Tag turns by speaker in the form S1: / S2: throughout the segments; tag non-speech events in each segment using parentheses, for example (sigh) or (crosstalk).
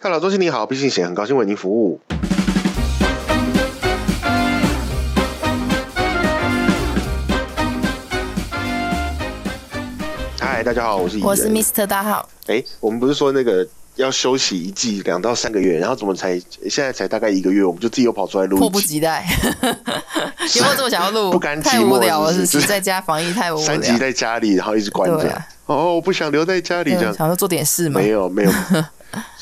S1: Hello，周信你好，毕信贤很高兴为您服务。嗨，大家好，我是
S2: 我是
S1: 米。
S2: Mr 大号，
S1: 哎、我们不是说那个要休息一季两到三个月，然后怎么才现在才大概一个月，我们就自己又跑出来录
S2: 迫
S1: 一
S2: 不
S1: 集，
S2: 及待， (laughs) 有没有这么想要
S1: (laughs)
S2: 录？
S1: 不甘寂寞
S2: 太无聊了，
S1: 是不
S2: 是
S1: 是
S2: 不是？在家防疫太无
S1: 三集
S2: 聊，
S1: 在家里，然后一直关着、
S2: 对啊
S1: 哦，我不想留在家里这
S2: 对啊
S1: 样。
S2: 想说做点事嘛
S1: 没。有
S2: (laughs)
S1: 没有，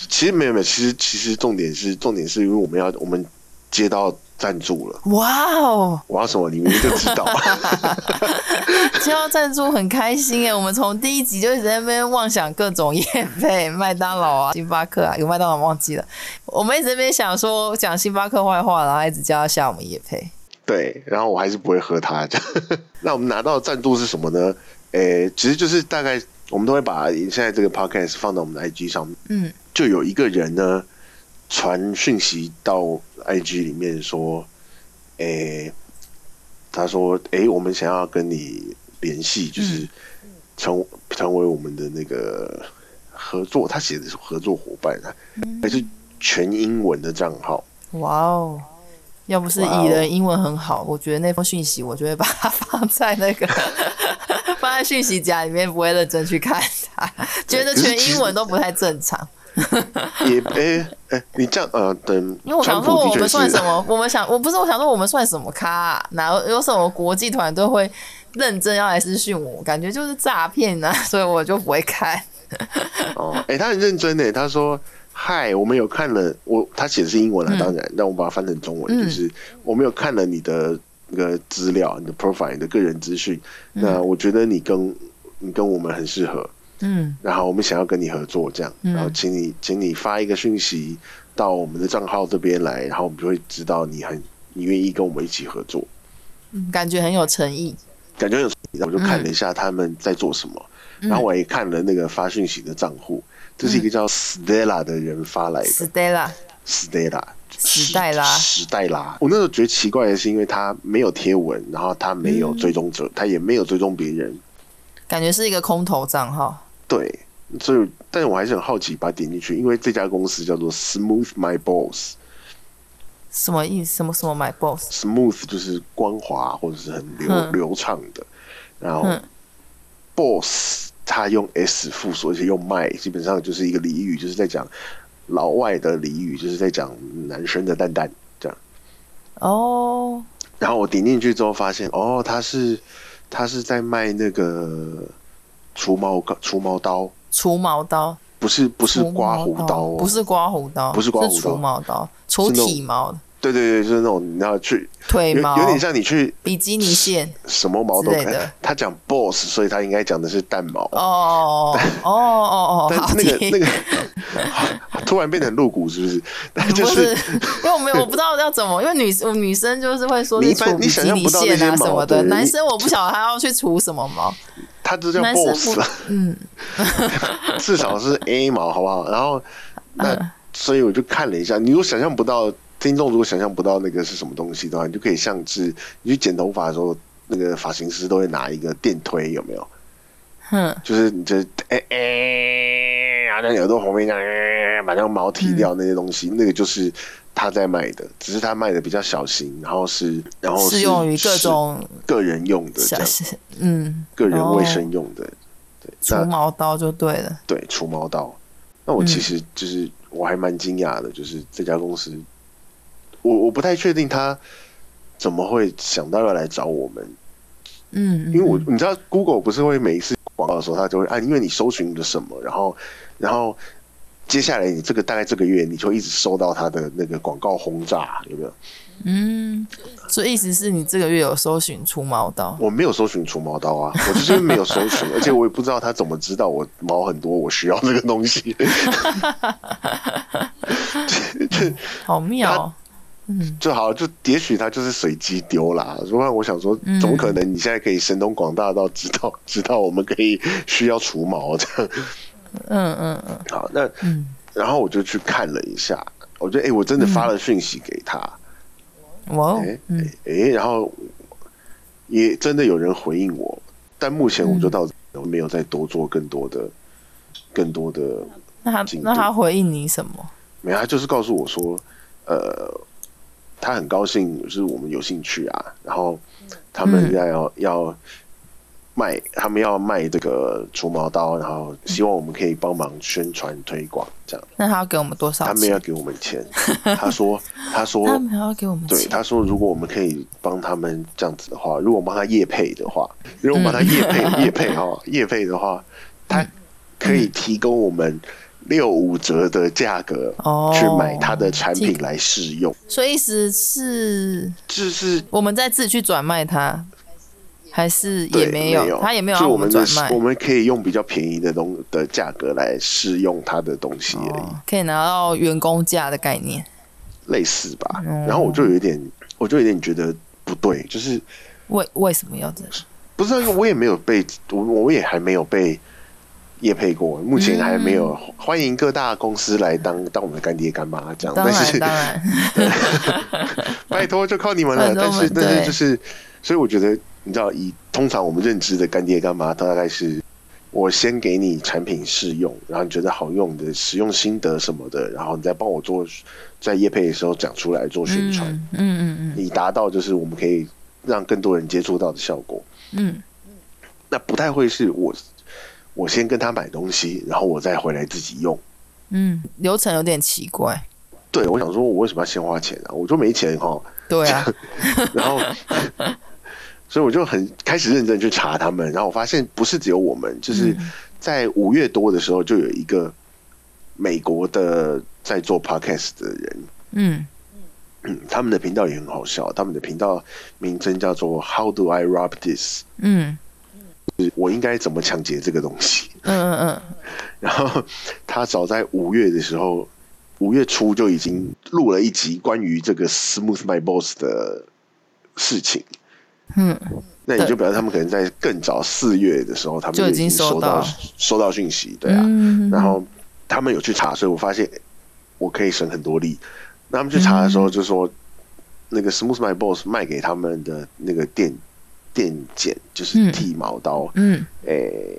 S1: 其实没有没有，其实其实重点是重点是因为我们要我们接到赞助了，
S2: 哇哦， (laughs)
S1: 我要什么你明明就知道。 (laughs)
S2: 接到赞助很开心欸耶！我们从第一集就一直在那边妄想各种业配，麦当劳啊、星巴克啊，有麦当劳忘记了。我们一直在那边想说讲星巴克坏话，然后一直叫他下我们夜配。
S1: 对，然后我还是不会喝它。 (laughs) 这样那我们拿到的赞助是什么呢？诶，其实就是大概我们都会把现在这个 podcast 放到我们的 IG 上面。
S2: 嗯，
S1: 就有一个人呢传讯息到 IG 里面说，诶、他说，诶、我们想要跟你联系，就是成成为我们的那个合作，他写的是合作伙伴啊，还是全英文的账号。
S2: 哇哦！要不是
S1: 哇哦
S2: 蚁人英文很好，我觉得那封讯息我就会把它放在那
S1: (laughs)
S2: 个放在讯息夹里面，不会认真去看它，觉得全英文都不太正常。
S1: 也诶诶、你这样呃，等
S2: 因为我
S1: 川
S2: 想
S1: 普
S2: 说，我
S1: 的确
S2: 们算
S1: 是
S2: 什么？我们想，我不是我想说，我们算什么咖、啊？哪有有什么国际团队会认真要来私讯我？感觉就是诈骗啊， (laughs) 所以我就不会看。
S1: 哦，诶、他很认真诶，他说。嗨，我们有看了，我他写的是英文啊，当然，那、我把它翻成中文，
S2: 嗯
S1: 就是我们有看了你的那个资料、你的 profile、你的个人资讯，那我觉得你跟你跟我们很适合，
S2: 嗯，
S1: 然后我们想要跟你合作这样，
S2: 嗯
S1: 然后请你请你发一个讯息到我们的账号这边来，然后我们就会知道你很你愿意跟我们一起合作，
S2: 感觉很有诚意。
S1: 感觉很有诚意，然后我就看了一下他们在做什么，
S2: 嗯
S1: 然后我也看了那个发讯息的账户，这是一个叫 Stella 的人发来的、
S2: Stella，
S1: Stella。
S2: 史黛拉
S1: 史黛拉。我那时候觉得奇怪的是，因为他没有贴文，然后他没有追踪者，他也没有追踪别人，
S2: 感觉是一个空头账号。
S1: 对，所以，但是我还是很好奇，把它点进去，因为这家公司叫做 Smooth My Balls，Smooth
S2: 什么意思？什么什么 my boss？
S1: 就是光滑或者是很流、
S2: 嗯
S1: 流畅的，然后、
S2: 嗯
S1: Boss 它用 S 复数，而且用 My，基本上就是一个俚语，就是在讲老外的俚语，就是在讲男生的蛋蛋这样。
S2: 哦，
S1: 然后我点进去之后发现，哦，他是他是在卖那个除毛膏除毛刀，
S2: 除毛刀，
S1: 不是不是
S2: 除
S1: 刮
S2: 毛
S1: 胡刀、哦，
S2: 不是刮胡刀，
S1: 不是刮胡刀
S2: 除毛刀，除
S1: 是那种
S2: 体毛的、
S1: 对对对，就是那种你要去
S2: 腿
S1: 有
S2: 毛、
S1: 有点像你去
S2: 比基尼线。
S1: 什么毛都可
S2: 之类的
S1: 他讲 boss，所以他应该讲的是蛋毛。(laughs)
S2: 哦哦哦哦哦哦，
S1: 但
S2: 好
S1: 那个
S2: 听。
S1: 那个 (laughs) 突然变成露骨，是不是？但 (laughs) 就
S2: 不
S1: 是
S2: 是，因嗯为我没有，我不知道要怎么，因为女我女生就是会说
S1: 你一
S2: 是
S1: 般
S2: 除
S1: 你
S2: 比
S1: 想
S2: 基
S1: 象
S2: 尼
S1: 不到那
S2: 线啊
S1: 些毛
S2: 什么
S1: 对
S2: 的，
S1: 你
S2: 男生我不晓得他要去除什么毛，
S1: 他这叫
S2: 男生
S1: boss，
S2: 不
S1: 啊
S2: 嗯，
S1: (laughs)
S2: (laughs)
S1: 至少是 A 毛，好不好？然后
S2: 嗯
S1: 那所以我就看了一下，你如果想象不到，听众如果想象不到那个是什么东西的话，你就可以像是你去剪头发的时候，那个发型师都会拿一个电推，有没有？
S2: 哼，
S1: 就是你就是哎哎，然后在耳朵旁边这样，哎把那个毛剃
S2: 嗯
S1: 掉那些东西，那个就是他在卖的，只是他卖的比较小型，然后是然后哦是
S2: 适用于各种
S1: 是个人用的这样，
S2: (laughs) 嗯
S1: 个人卫生用的，
S2: 哦除毛刀就对了，
S1: 对，除毛刀。那我其
S2: 嗯
S1: 实就是、我还蛮惊讶的，就是这家公司，我我不太确定他怎么会想到要来找我们，
S2: 嗯，嗯
S1: 因为我你知道 Google 不是会每一次广告的时候，它就会啊，因为你搜寻了什么，然后然后接下来你这个大概这个月你就一直收到它的那个广告轰炸，有没有？
S2: 嗯，所以意思是你这个月有搜寻除毛刀，
S1: 我没有搜寻除毛刀啊，我就是因为没有搜寻，而且我也不知道他怎么知道我毛很多，我需要这个东西。 (laughs)
S2: 好妙哦。
S1: 就好，就也许他就是随机丢啦。不然我想说，
S2: 嗯
S1: 怎么可能？你现在可以神通广大到知道知道我们可以需要除毛这样？ (laughs)
S2: 嗯嗯嗯
S1: 好，那
S2: 嗯，
S1: 然后我就去看了一下，我觉得哎、诶我真的发了讯息给他，
S2: 哇哦
S1: 哎、诶，
S2: 嗯
S1: 哎、然后也真的有人回应我，但目前
S2: 嗯
S1: 我就到、我没有再多做更多的更多的
S2: 那他
S1: 进度
S2: 那他回应你什么？
S1: 没有，他就是告诉我说，呃，他很高兴，就是我们有兴趣啊，然后他们
S2: 嗯
S1: 要、要卖，他们要卖这个除毛刀，然后希望我们可以帮忙宣传推广这样。
S3: 那他要给我们多少
S1: 他
S3: 钱？
S1: 们要给我们钱，他说，他
S2: (laughs)
S1: 说，
S3: 他们要给我们
S1: 对，
S3: 钱，
S1: 他说如果我们可以帮他们这样子的话，如果我们帮他业配的话，如果我们帮他业
S3: 嗯
S1: 配业
S3: (laughs)
S1: 配哈业配的话，他可以提供我们六五折的价格
S3: 哦
S1: 去买他的产品
S3: 提
S1: 来试用，
S3: 所以意思是
S1: 就是
S3: 我们再自己去转卖它，还是
S1: 对
S3: 也没
S1: 有，
S3: 他也没有
S1: 就
S3: 让
S1: 我
S3: 们
S1: 的
S3: 转卖哦
S1: 我。们可以用比较便宜的东的价格来试用他的东西而已。
S3: 哦可以拿到员工价的概念，
S1: 类似吧。
S3: 嗯
S1: 然后我就有一点，我就有点觉得不对，就是
S3: 为为什么要这样？
S1: 不是因为我也没有被我我也还没有被业配过，目前还没有、
S3: 嗯
S1: 欢迎各大公司来当当我们的干爹干妈这样，
S3: 当
S1: 但
S3: 然
S1: 是
S3: 当然，
S1: 拜托就靠你们了。
S3: 很多
S1: 但是
S3: 门
S1: 但是
S3: 对
S1: 就是，所以我觉得你知道，以通常我们认知的干爹干妈，大概是。我先给你产品试用，然后你觉得好用的使用心得什么的，然后你再帮我做在业配的时候讲出来做 (laughs) 宣传，
S3: 嗯嗯嗯
S1: 你达到就是我们可以让更多人接触到的效果。
S3: 嗯
S1: 那不太会是我我先跟他买东西，然后我再回来自己用。
S3: 嗯，流程有点奇怪。
S1: 对，我想说，我为什么要先花钱啊？我就没钱哈。
S3: 对
S1: (laughs)
S3: 啊，
S1: 然后，所以我就很开始认真去查他们，然后我发现不是只有我们，就是在五月多的时候，就有一个美国的在做 podcast 的人，
S3: 嗯
S1: 嗯他们的频道也很好笑，他们的频道名称叫做 “How do I rob this”，
S3: 嗯
S1: 就是我应该怎么抢劫这个东西。
S3: 嗯嗯嗯，
S1: 然后他早在五月的时候，五月初就已经录了一集关于这个 Smooth My Boss 的事情。
S3: 嗯，
S1: 那你就表示他们可能在更早四月的时候，他们
S3: 就已
S1: 已
S3: 经
S1: 经
S3: 收
S1: 收
S3: 到
S1: 到收到讯息，对啊。
S3: 嗯
S1: 然后他们有去查，所以我发现我可以省很多力。那他们去查的时候就说，那个 Smooth My Boss 卖给他们的那个电电剪就是
S3: 嗯
S1: 剃毛刀，
S3: 嗯
S1: 诶、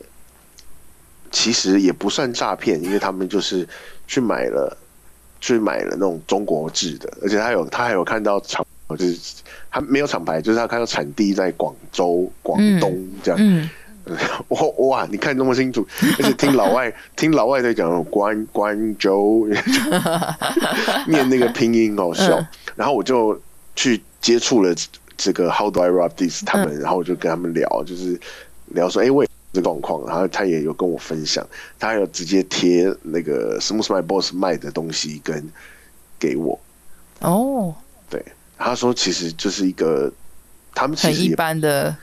S1: 其实也不算诈骗，因为他们就是去买了，去买了那种中国制的，而且他有他还有看到厂，就是他没有厂牌，就是他看到产地在广州、广东这样。
S3: 嗯，
S1: (laughs) 哇哇，你看那么清楚，而且听老
S3: (laughs)
S1: 外听老外在讲关关州， (laughs) 念那个拼音好笑。
S3: 嗯
S1: 然后我就去接触了这个 How do I rob this 他
S3: 嗯
S1: 们，然后我就跟他们聊，就是聊说，哎、我也有这个状况，然后他也有跟我分享，他还有直接贴那个 Smooth My Boss 卖的东西跟给我，
S3: 哦，
S1: 对，他说其实就是一个。他们其
S3: 很
S1: 实也
S3: 一般的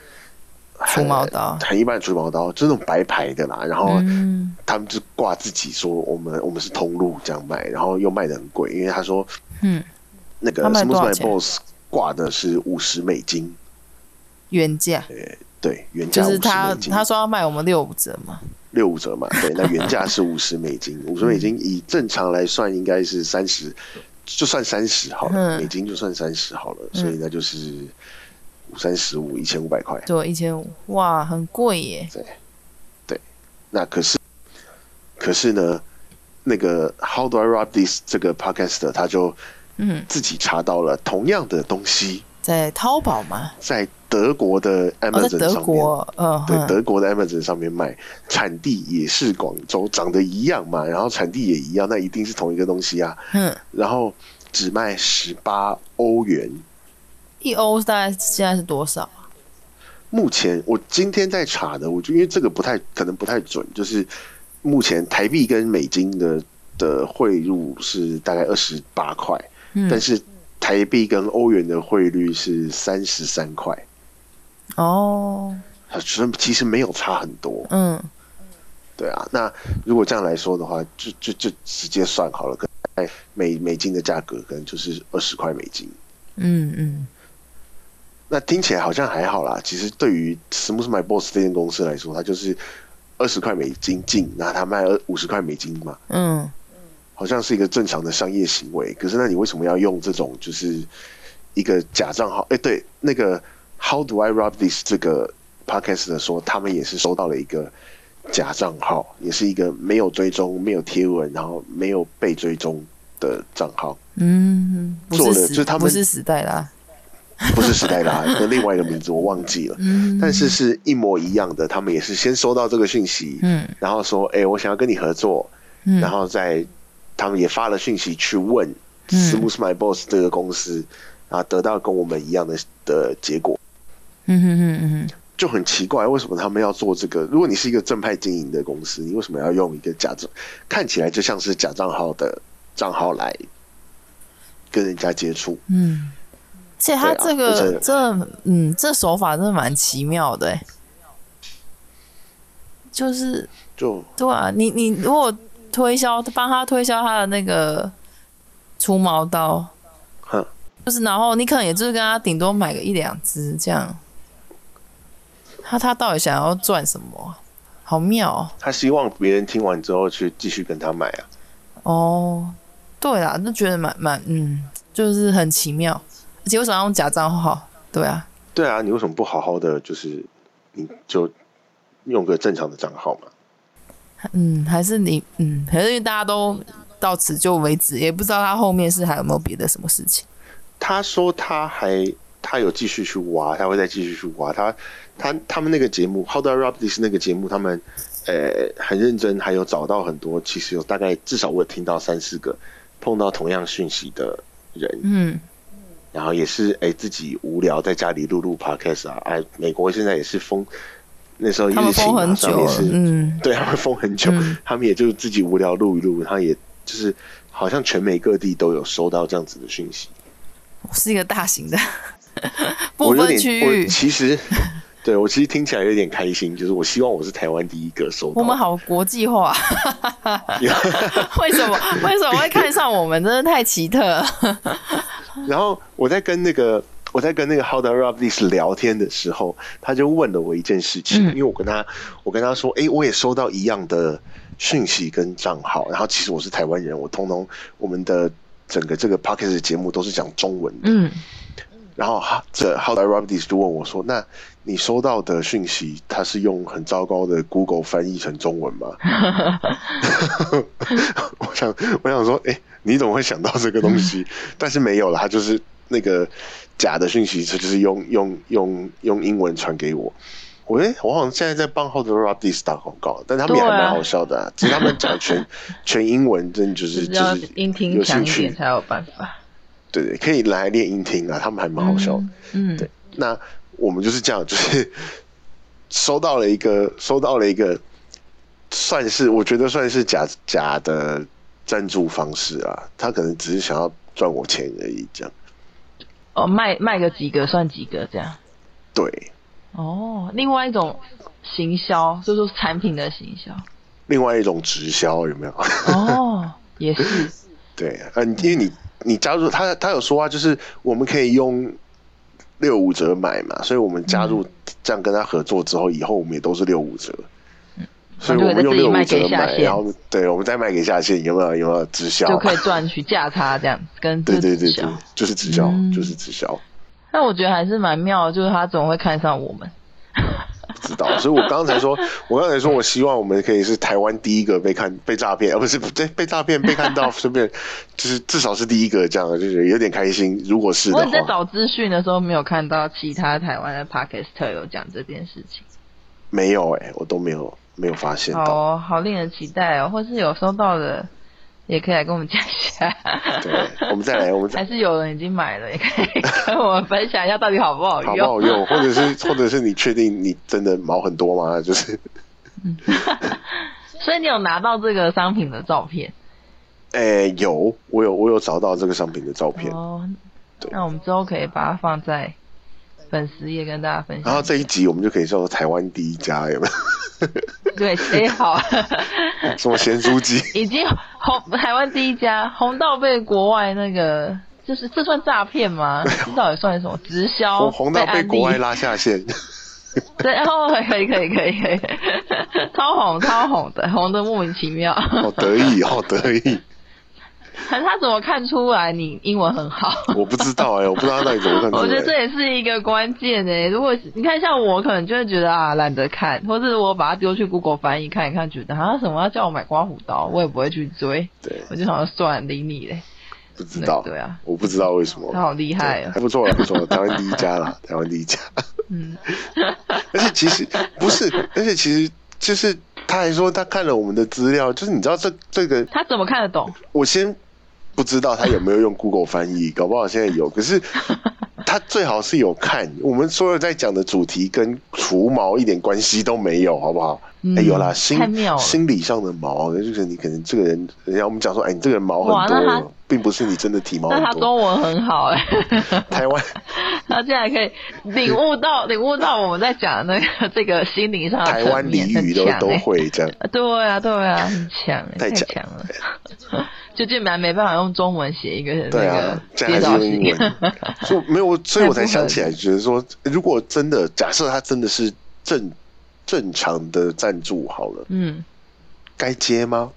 S3: 除毛刀，
S1: 很一般的除毛刀，就那种白牌的啦。然后
S3: 嗯
S1: 他们就挂自己说我们我们是通路这样卖，然后又卖的很贵，因为他说
S3: 嗯，
S1: 那个
S3: 他卖
S1: Smooth
S3: 多少
S1: My
S3: 钱
S1: Boss 挂的是五十美金，
S3: 原价
S1: 对，原
S3: 就
S1: 价五
S3: 是
S1: 十
S3: 他
S1: 美金，
S3: 他说要卖我们六五折嘛，
S1: 六五折嘛，对，那原价是五十
S3: (laughs)
S1: 美金，五十美金以正常来算应该是三十，就算三十好了，
S3: 嗯
S1: 美金就算三十好了，所以那就是五三十五一千五百块，
S3: 就一千五，哇，很贵耶，
S1: 那可是，可是呢，那个 How do I rob this 这个 podcaster 他就
S3: 嗯，
S1: 自己查到了同样的东西。
S3: 在淘宝嘛，
S1: 在德国的
S3: 哦，在
S1: Amazon
S3: 德
S1: 上面，
S3: 国，嗯
S1: 对
S3: 哼，
S1: 德国的 Amazon 上面卖，产地也是广州，长得一样嘛，然后产地也一样，那一定是同一个东西啊。
S3: 嗯，
S1: 然后只卖十八欧元，
S3: 一欧大概现在是多少？
S1: 目前我今天在查的，我就因为这个不太可能不太准，就是目前台币跟美金的的汇入是大概二十八块，
S3: 嗯
S1: 但是台币跟欧元的汇率是三十三块，
S3: 哦，
S1: 它其实没有差很多。
S3: 嗯
S1: 对啊，那如果这样来说的话，就就就直接算好了，可能美美金的价格可能就是二十块美金。
S3: 嗯嗯，
S1: 那听起来好像还好啦，其实对于 Smooth My Boss 这间公司来说，它就是二十块美金进，然后它卖五十块美金嘛，
S3: 嗯，
S1: 好像是一个正常的商业行为。可是那你为什么要用这种就是一个假账号？哎、对，那个 How do I rob this 这个 podcast 的说，他们也是收到了一个假账号，也是一个没有追踪、没有贴文，然后没有被追踪的账号，
S3: 嗯，不
S1: 做
S3: 是
S1: 了
S3: 时
S1: 就是他们
S3: 不是时代啦，
S1: 不是史黛拉的另外一个名字我忘记了，
S3: 嗯，
S1: 但是是一模一样的。他们也是先收到这个讯息，
S3: 嗯
S1: 然后说：“哎、我想要跟你合作。
S3: 嗯，
S1: 然后再他们也发了讯息去问
S3: 嗯
S1: Smooth My Boss 这个公司，然后得到跟我们一样的的结果，
S3: 嗯哼哼嗯哼，
S1: 就很奇怪，为什么他们要做这个？如果你是一个正派经营的公司，你为什么要用一个假账，看起来就像是假账号的账号来跟人家接触？
S3: 嗯，而且他
S1: 对啊
S3: 这个、
S1: 就是
S3: 这嗯这手法真的蛮奇妙的、欸，就是
S1: 就
S3: 对啊，你你如果推销帮他推销他的那个除毛刀，
S1: 哼，
S3: 就是然后你可能也就是跟他顶多买个一两只这样，他他到底想要赚什么啊？好妙哦！
S1: 他希望别人听完之后去继续跟他买啊。
S3: 哦，对啦，就觉得蛮蛮嗯，就是很奇妙。而且为什么要用假账号？对啊，
S1: 对啊，你为什么不好好的就是你就用个正常的账号嘛？
S3: 嗯，还是你嗯，还是因为大家都到此就为止，也不知道他后面是还有没有别的什么事情。
S1: 他说他还他有继续去挖，他会再继续去挖。他他他们那个节目《How Do I Rob This》那个节目，他们呃很认真，还有找到很多，其实有大概至少我有听到三四个碰到同样讯息的人，
S3: 嗯
S1: 然后也是哎、自己无聊在家里录录 podcast 啊，哎、美国现在也是封。那时候疫
S3: 他们
S1: 情
S3: 封
S1: 嘛，
S3: 很
S1: 上
S3: 久
S1: 面
S3: 了
S1: 是，
S3: 嗯
S1: (laughs) 对他们封很久，
S3: 嗯
S1: 他们也就自己无聊录一录，他也就是好像全美各地都有收到这样子的讯息。
S3: 是一个大型的部
S1: 我有
S3: 分
S1: 点，
S3: 区
S1: 我
S3: 域。
S1: 其实 (laughs) 对我其实听起来有点开心，就是我希望我是台湾第一个收到。
S3: 我们好国际化、 (laughs) 为什
S1: (laughs)
S3: 么为什么会看上我们？真的太奇特
S2: (laughs)
S3: 了。
S1: 然后我在跟那个我在跟那个 How to Rob This 聊天的时候，他就问了我一件事情，
S3: 嗯
S1: 因为我跟他我跟他说，诶，我也收到一样的讯息跟账号，然后其实我是台湾人，我通通我们的整个这个 p o c k e t 节目都是讲中文的。
S3: 嗯
S1: 然后哈这 How to Rob This 就问我说：“那你收到的讯息，它是用很糟糕的 Google 翻译成中文吗？” (laughs) 我想，我想说，哎、你怎么会想到这个东
S2: (laughs)
S1: 西？但是没有了，他就是那个假的讯息，他就是用用用用英文传给我。我哎、我好像现在在帮 How to Rob This 打广告，但他们也还
S2: 对啊
S1: 蛮好笑的、啊，只是他们讲
S2: (laughs)
S1: 全全英文，真的就是
S2: 只
S1: 就
S2: 要
S1: 是
S2: 音
S1: 有
S2: 听强
S1: 兴
S2: 一
S1: 趣
S2: 点，才有办法。
S1: 对对，可以来练音听啊，他们还蛮好笑的。
S3: 嗯，
S1: 对，那我们就是这样，就是 (laughs) 收到了一个，收到了一个，算是我觉得算是假假的赞助方式啊，他可能只是想要赚我钱而已，这样。
S2: 哦，卖卖个几个算几个这样。
S1: 对，
S2: 哦，另外一种行销就是产品的行
S3: (laughs)
S2: 销。
S1: 另外一种直销有没有？ (laughs)
S2: 哦，也是。
S1: 对，啊，你因为你你加入他，他有说啊，就是我们可以用六五折买嘛，所以我们加
S2: 嗯
S1: 入这样跟他合作之后，以后我们也都是六五折。
S2: 嗯
S1: 所以我们用六五折买，然后对，我们再卖给下线，有没有有没有直销？
S2: 就可以赚取价差，这样跟
S1: 对对对
S2: 直
S1: 对
S2: 销。，
S1: 就是直销，
S2: 嗯
S1: 就是直销，
S2: 但我觉得还是蛮妙的，就是他总会看上我们。
S1: 不知道。所以我刚才说，我刚才说我希望我们可以是台湾第一个被看被诈骗，而、呃不是不对，被诈骗被看到，顺便就是至少是第一个这样，就是有点开心。如果是
S2: 我
S1: 的哦
S2: 你在
S1: 话，
S2: 找资讯的时候，没有看到其他台湾的 podcaster 有讲这件事情。
S1: 没有哎、我都没有没有发现
S2: 好
S1: 到。
S2: 哦、好令人期待哦，或是有收到的，也可以来跟我们讲一下。
S1: 对，我们再来，我们再
S2: (laughs) 还是有人已经买了，也可以跟我们分享一下到底好不好
S1: 好
S2: 用。
S1: 不好用，或者是或者是你确定你真的毛很多吗？就是。
S2: (laughs) 所以你有拿到这个商品的照片
S1: 诶、哎有，我有，我有找到这个商品的照片。
S2: 哦
S1: 对。
S2: 那我们之后可以把它放在粉丝页跟大家分享。
S1: 然后这一集我们就可以叫做台湾第一家，有没 (laughs)
S2: 对，哎、好，
S1: 有？什么咸酥鸡？
S2: 已经红台湾第一家红到被国外那个，就是这算诈骗吗？这到底算什么直销？
S1: 红红到被
S2: 安利
S1: 国外拉下线。 (laughs)
S2: (laughs) 对，然后可以可以可以可以， (laughs) 超红超红的，红的莫名其妙。
S1: 好得意，好得意！
S2: 可是 (laughs) 他怎么看出来你英文很好？
S1: 我不知道哎、我不知道他到底怎么看出来。
S2: 我觉得这也是一个关键诶、如果你看像我，可能就会觉得啊懒得看，或者我把它丢去 Google 翻译看一看，觉得啊什么要叫我买刮胡刀，我也不会去追，
S1: 对
S2: 我就想说算了理你嘞。
S1: 不知道，
S2: 对啊，
S1: 我不知道为什么
S2: 他，好厉害
S1: 对
S2: 啊
S1: 还！不错啦，不错啦，台湾第一家啦，台湾第一家。 (laughs)
S2: 嗯，
S1: 而且其实不是，而且其实就是他还说他看了我们的资料，就是你知道这这个，
S2: 他怎么看得懂？
S1: 我先不知道他有没有用 Google 翻译，搞不好现在
S2: (laughs)
S1: 有，可是。他最好是有看，我们所有在讲的主题跟除毛一点关系都没有，好不好？
S2: 嗯
S1: 哎、有啦，心
S2: 太妙了
S1: 心理上的毛，就是你可能这个人，人家我们讲说，哎，你这个人毛很
S2: 哇那他
S1: 多，并不是你真的体毛
S2: 但他
S1: 很多。
S2: 中文很好哎、
S1: 台
S2: (laughs)
S1: 湾
S2: 他竟然可以领悟到领悟到我们在讲的那个这个心灵上的
S1: 台湾
S2: 层
S1: 俚
S2: 面
S1: 语都
S2: 很强
S1: 都
S2: 欸
S1: 会这样，
S2: 对啊，对啊，很强欸，
S1: 太
S2: 太
S1: 强
S2: 强了。 (laughs) 就竟然没办法用中文写一个那
S1: 对啊
S2: 个，
S1: 这
S2: 介
S1: 样还
S2: 绍
S1: 是
S2: 信
S1: 用，
S2: (laughs)
S1: 英文，
S2: 啊
S1: 所以没有，所以我才想起来，觉得说，如果真的假设他真的是正正常的赞助好了，
S2: 嗯，
S1: 该接吗？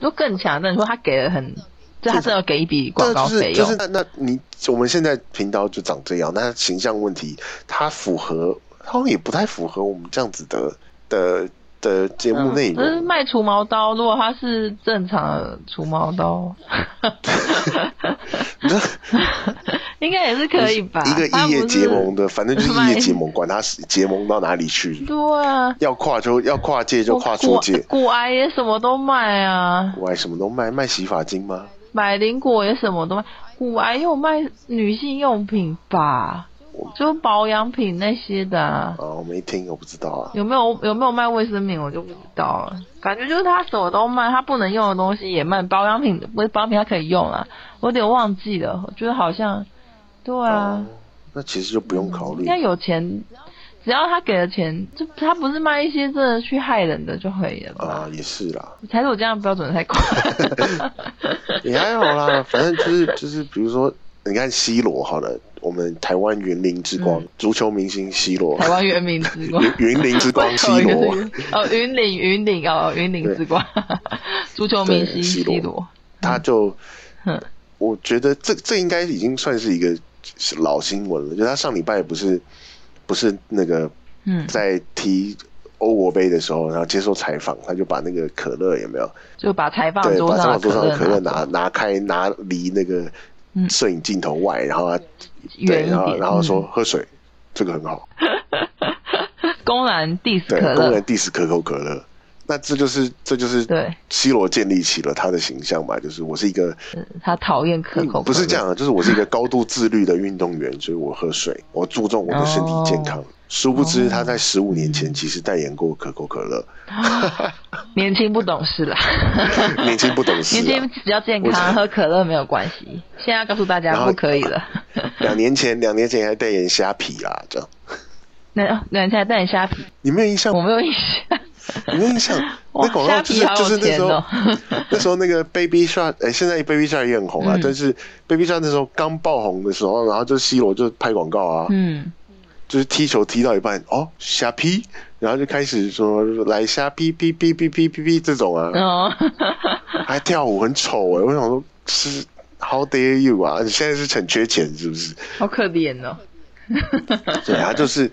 S2: 就更强。但你说他给了很，就他真的有给一笔广告
S1: 就是
S2: 费
S1: 就
S2: 用，
S1: 是那那你我们现在频道就长这样，那形象问题，它符合，它好像也不太符合我们这样子的的的节目内
S2: 可嗯是
S1: (laughs) 容。
S2: 卖除毛刀，如果他是正常的除毛刀，应该也是 (laughs) 可以吧？
S1: 一个
S2: 他
S1: 异业
S2: 不
S1: 结
S2: 是
S1: 盟的，反正就是异
S2: 卖
S1: 业结盟，管它是结盟到哪里去，
S2: 对啊，
S1: 要跨就要跨界就跨出
S2: 古
S1: 界。
S2: 骨癌也什么都卖啊，
S1: (laughs) 我还什么都卖，卖洗发精吗？
S2: 百灵果也什么都卖，骨癌也有卖女性用品吧，就保养品那些的啊、
S1: 啊，我没听，我不知道啊。
S2: 有没有有没有卖卫生棉我就不知道了，感觉就是他什么都卖，他不能用的东西也卖，保养品不是保养品他可以用啊，我有点忘记了，我觉得好像，对啊，
S1: 哦那其实就不用考虑
S2: 应。该有钱，只要他给了钱，就他不是卖一些真的去害人的就可以了吧？
S1: 啊，也是啦，
S2: 才是我这样的标准太快，
S1: (laughs) 也还好啦，反正就是就是，比如说，你看 C 罗好了，我们台湾园林之光、足球明星 C 罗，
S2: 嗯台湾原名之光。
S1: 园园林 (laughs) 之
S2: (laughs)
S1: 光 C 罗，
S2: 哦，云岭云岭哦，云岭之光， (laughs) 足球明星
S1: 对 C
S2: C
S1: 罗
S2: 罗，
S1: 他就
S2: 嗯，
S1: 我觉得这这应该已经算是一个老新闻了，就他上礼拜不是不是那个
S2: 嗯，
S1: 在踢欧国杯的时候，然后接受采访，他就把那个可乐有没有？
S2: 就把裁判
S1: 对，
S2: 桌
S1: 把
S2: 上
S1: 桌上的可乐
S2: 乐
S1: 拿
S2: 拿
S1: 拿开，拿离那个
S2: 嗯
S1: 摄影镜头外，然后他对，
S2: 远一
S1: 然后
S2: 点，
S1: 然后说喝水，这个很好。
S2: 嗯公然 diss
S1: 对
S2: 可，
S1: 工
S2: 乐
S1: 人，diss 可口可乐，那这就是这就是
S2: 对
S1: C 罗建立起了他的形象嘛，就是我是一个
S2: 他讨厌可口可乐，
S1: 嗯不是这样，的，啊就是我是一个高度自律的运动员，所以我喝水，我注重我的身体健
S2: 哦
S1: 康。殊不知他在十五年前其实代言过可口可
S2: (laughs)
S1: 乐，
S2: 年轻不懂事啦，
S1: (laughs) 年轻不懂事啊、
S2: 年轻只要健康，喝可乐没有关系。现在要告诉大
S1: 然
S2: 家
S1: 后
S2: 不可以了， (laughs)
S1: 两年前两年前还代言虾皮啦，这样
S2: 那那你现在带你虾皮，
S1: 你没有印象
S2: 我没有印象，
S1: 你印象
S2: (laughs) 哇
S1: 那广告
S2: 虾
S1: 就
S2: 皮
S1: 是
S2: 好有
S1: 就是那时候、
S2: 钱哦
S1: (laughs) 那时候那个 Baby Shark，哎、现在 Baby Shark 也很红啊，
S2: 嗯
S1: 但是 Baby Shark 那时候刚爆红的时候，然后就 C 罗就拍广告啊，
S2: (laughs) 嗯，
S1: 就是踢球踢到一半，哦虾皮，然后就开始说来虾皮哔哔哔哔哔哔这种
S2: (laughs)
S1: 啊，
S2: 哦，
S1: 还跳舞很丑哎、我想说是 How dare you 啊，你现在是很缺钱是不是？
S2: 好可怜哦，
S1: 对，他就是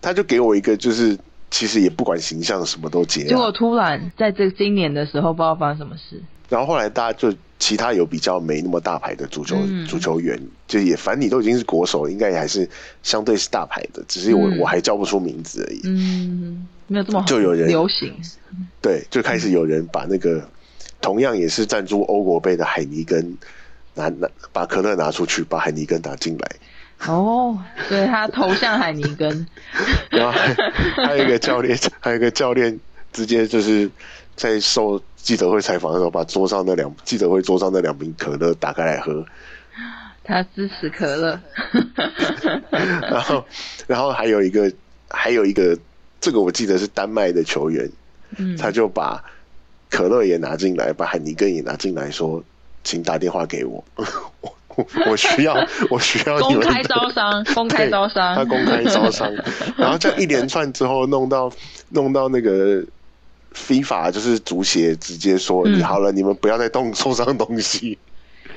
S1: 他就给我一个就是其实也不管形象什么都接、啊，
S2: 结果突然在这今年的时候，不知道发生什么事，
S1: 然后后来大家就其他有比较没那么大牌的足球、
S2: 嗯
S1: 足球员，就也反正你都已经是国手了，应该也还是相对是大牌的，只是我、
S2: 嗯
S1: 我还叫不出名字而已。
S2: 嗯，没有这么
S1: 就有人
S2: 流行，
S1: 对，就开始有人把那个同样也是赞助欧国杯的海尼根拿拿把可乐拿出去，把海尼根拿进来，
S2: 哦，对他投向海尼 (laughs) 根，
S1: 然后还还有一个教练， (laughs) 还有一个教练直接就是在受记者会采访的时候，把桌上那两记者会桌上那两瓶可乐打开来喝。
S2: 他支持可乐，
S1: (laughs) 然后，然后还有一个，还有一个，这个我记得是丹麦的球员，
S2: 嗯，
S1: 他就把可乐也拿进来，把海尼根也拿进来，说，请打电话给我， (laughs) 我我我需要，我需要你
S2: (laughs) 公
S1: 们
S2: 开
S1: 的
S2: 招商，公开招商，
S1: 他公开招
S2: (laughs)
S1: 商，然后这样一连串之后，弄到弄到那个 FIFA 就是足协直接说，(laughs)
S2: 嗯
S1: 你好了，你们不要再动受伤东西，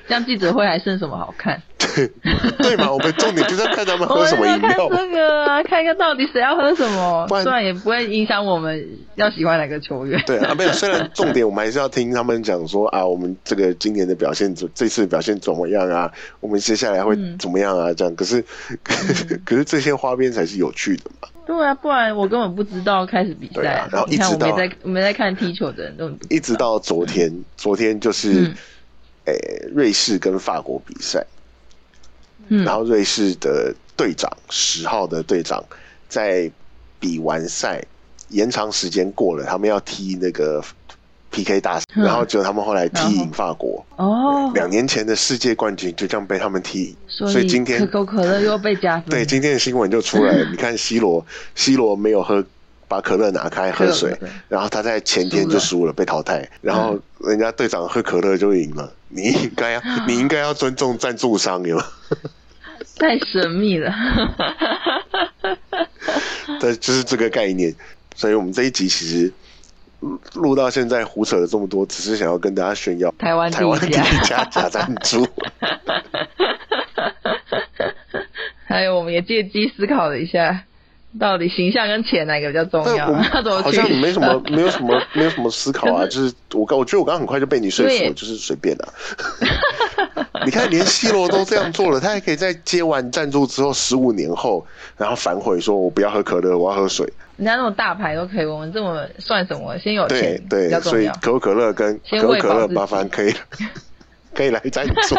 S2: 这样记者会还剩什么好看？
S1: 对嘛？我们重点就是要看他们
S2: (laughs)
S1: (laughs)
S2: 我
S1: 喝什么
S2: 们要
S1: 饮
S2: 看
S1: 料嘛。
S2: 这个啊，看一看到底谁要喝什么，
S1: 不然
S2: 虽然也不会影响我们要喜欢哪个球员。
S1: 对啊，没有。虽
S2: (laughs)
S1: 然重点我们还是要听他们讲说啊，我们这个今年的表现怎，这次的表现怎么样啊？我们接下来会
S2: 嗯
S1: 怎么样啊？这样，可是， (laughs) 可是这些花边才是有趣的嘛。
S2: 对啊，不然我根本不知道开始比
S1: 对
S2: 赛。
S1: 啊然后一
S2: 你看
S1: 直
S2: 我没
S1: 到
S2: 在没在看踢球的人都不
S1: 一直到昨天，昨天就是
S2: 嗯，
S1: 诶、瑞士跟法国比赛，
S2: 嗯
S1: 然后瑞士的队长十号的队长在比完赛延长时间过了，他们要踢那个 PK 大赛，
S2: 嗯
S1: 然后结果他们后来
S2: 然
S1: 踢
S2: 后
S1: 赢法国，
S2: 哦，
S1: 两年前的世界冠军就这样被他们踢赢，
S2: 所
S1: 所以今天
S2: 可口可乐又被加分。
S1: 对，今天的新闻就
S2: (laughs)
S1: 出来了。你看 C 罗，C 罗没有喝，把可乐拿开喝水
S2: 可乐，
S1: 然后他在前天就输了，被淘汰。然后人家队长喝可乐就赢了，你应该要，
S2: 嗯
S1: 你应该要尊重赞助商有
S2: (laughs)
S1: 没有。
S2: 太神秘
S1: (laughs)
S2: 了。
S1: 对，就是这个概念。所以我们这一集其实嗯录到现在胡扯了这么多，只是想要跟大家炫耀
S2: 台湾第啊
S1: 台湾第
S2: 一家，
S1: 一家假赞助。
S2: (laughs) 还有我们也借机思考了一下，到底形象跟钱哪个比较重
S1: 但
S2: 要
S1: 我
S2: (laughs)
S1: 们？
S2: 要怎么
S1: 好
S2: 啊去
S1: 像没什么，没有什么，没有什么思考啊。
S2: 可
S1: 就是我刚，我觉得我刚刚很快就被你说服了，
S2: 对
S1: 就是随便的、 (laughs) 你看，连 C 罗都这样做了，他还可以在接完赞助之后十五年后，然后反悔说：“我不要喝可乐，我要喝水。
S2: (laughs) 人家那种大牌都可以，我们这么算什么？先有
S1: 对”
S2: 钱
S1: 对
S2: 比较
S1: 所
S2: 重
S1: 以
S2: 要。
S1: 可口可乐跟可
S2: 先
S1: 口
S2: 喂饱
S1: 可乐
S2: 自己
S1: 麻烦
S2: (laughs)
S1: 可以可以来赞助。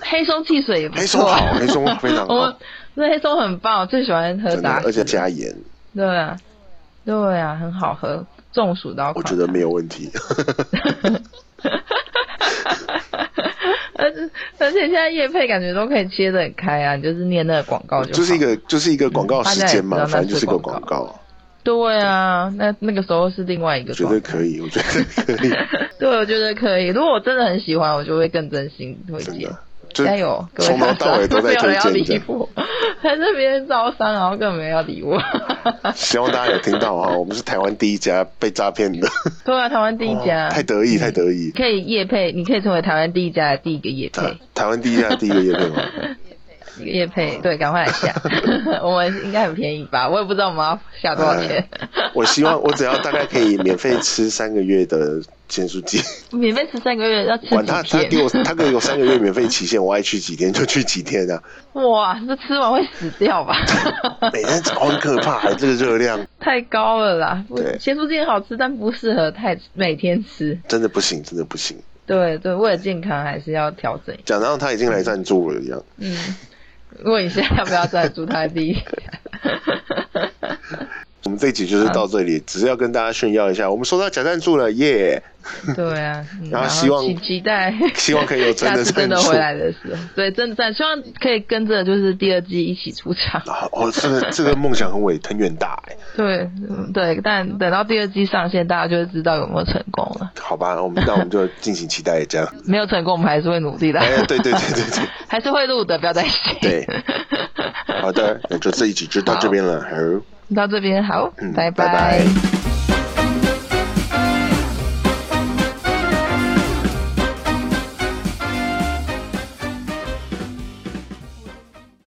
S2: 黑松汽水也不
S1: 黑松
S2: 错啊，
S1: 好，黑松非常
S2: (laughs) 我们
S1: 好，
S2: 那黑松很棒，我最喜欢喝
S1: 真的，
S2: 达
S1: 而且
S2: 士，
S1: 加盐，
S2: 对啊，对啊，很好喝，中暑都要
S1: 我
S2: 垮
S1: 觉得没有问题。
S2: (laughs) 而且而且现在叶配感觉都可以切得很开啊，你就是念那个广告就
S1: (laughs)
S2: 好嗯
S1: 就是一个就是一个广告
S2: 大
S1: 时
S2: 家也
S1: 间
S2: 知道
S1: 嘛，
S2: 那
S1: 反正就是是一个
S2: 广
S1: 广告，
S2: 对啊，那那个时候是另外一个
S1: 绝
S2: 状态
S1: 对可以，我觉得可以。
S2: (laughs) 对，我觉得可以。如果我真的很喜欢，我就会更真心推
S1: 真
S2: 荐
S1: 的。，就
S2: (laughs) 加油，各位
S1: 从头到尾都在
S2: (laughs) 没有人要
S1: 推荐这
S2: 理
S1: 样。
S2: 我， (laughs) 还是别人招商，然后更没人要理我。 (laughs)
S1: 希望大家有听到 (laughs) 哈，我们是台湾第一家被诈骗的，
S2: 对啊，台湾第一家，
S1: (laughs) 哦
S2: 嗯
S1: 太得意，太得意。
S2: 可以夜配，你可以成为台湾第一家的第一个夜
S1: 台
S2: 配，
S1: 台湾第一家第一个夜配吗？ (laughs)
S2: (laughs) 第一个夜配，对，赶快来下， (laughs) 我们应该很便宜吧？我也不知道我们要下多少钱，
S1: 我希望我只要大概可以免费吃三个月的咸酥
S2: (laughs)
S1: 鸡，
S2: 免费吃三个月要吃
S1: 管他
S2: 几
S1: 他给
S2: 天？
S1: 我他给我三个月免费期限，我爱去几天就去几天啊！
S2: (laughs) 哇，这吃完会死掉吧？
S1: (laughs) 每天早很可怕、这个热量
S2: 太高了啦！不
S1: 对
S2: 咸酥鸡很好吃，但不适合太每天吃。
S1: 真的不行，真的不行。
S2: 对对，为了健康还是要调整一下。
S1: 讲到他已经来赞助了一样，
S2: 嗯，问一下要不要赞助他第一家？
S1: 我们这一集就是到这里，只是要跟大家炫耀一下，我们收到假赞助了耶 (laughs)
S2: 对啊，嗯
S1: 然后
S2: 后
S1: 希望
S2: 期期待，
S1: (laughs) 希望可以有真
S2: 下
S1: 的
S2: 次真的
S1: 赞助
S2: 回来的时候，对，真的赞，希望可以跟着就是第二季一起出场。
S1: 啊！哦，这个这个梦想很伟很远大哎、
S2: 对嗯对，但等到第二季上线，大家就会知道有没有成功了。
S1: 好吧，我们那我们就 (laughs) 敬请期待这样。
S2: 没有成功，我们还是会努力的。
S1: 哎，对对对对
S2: (laughs) 还是会录的，不要担心。
S1: 对对，
S2: (laughs)
S1: 好的，那就这一集就到这边了，好，
S2: 到这边好，
S1: 嗯，
S2: 拜
S1: 拜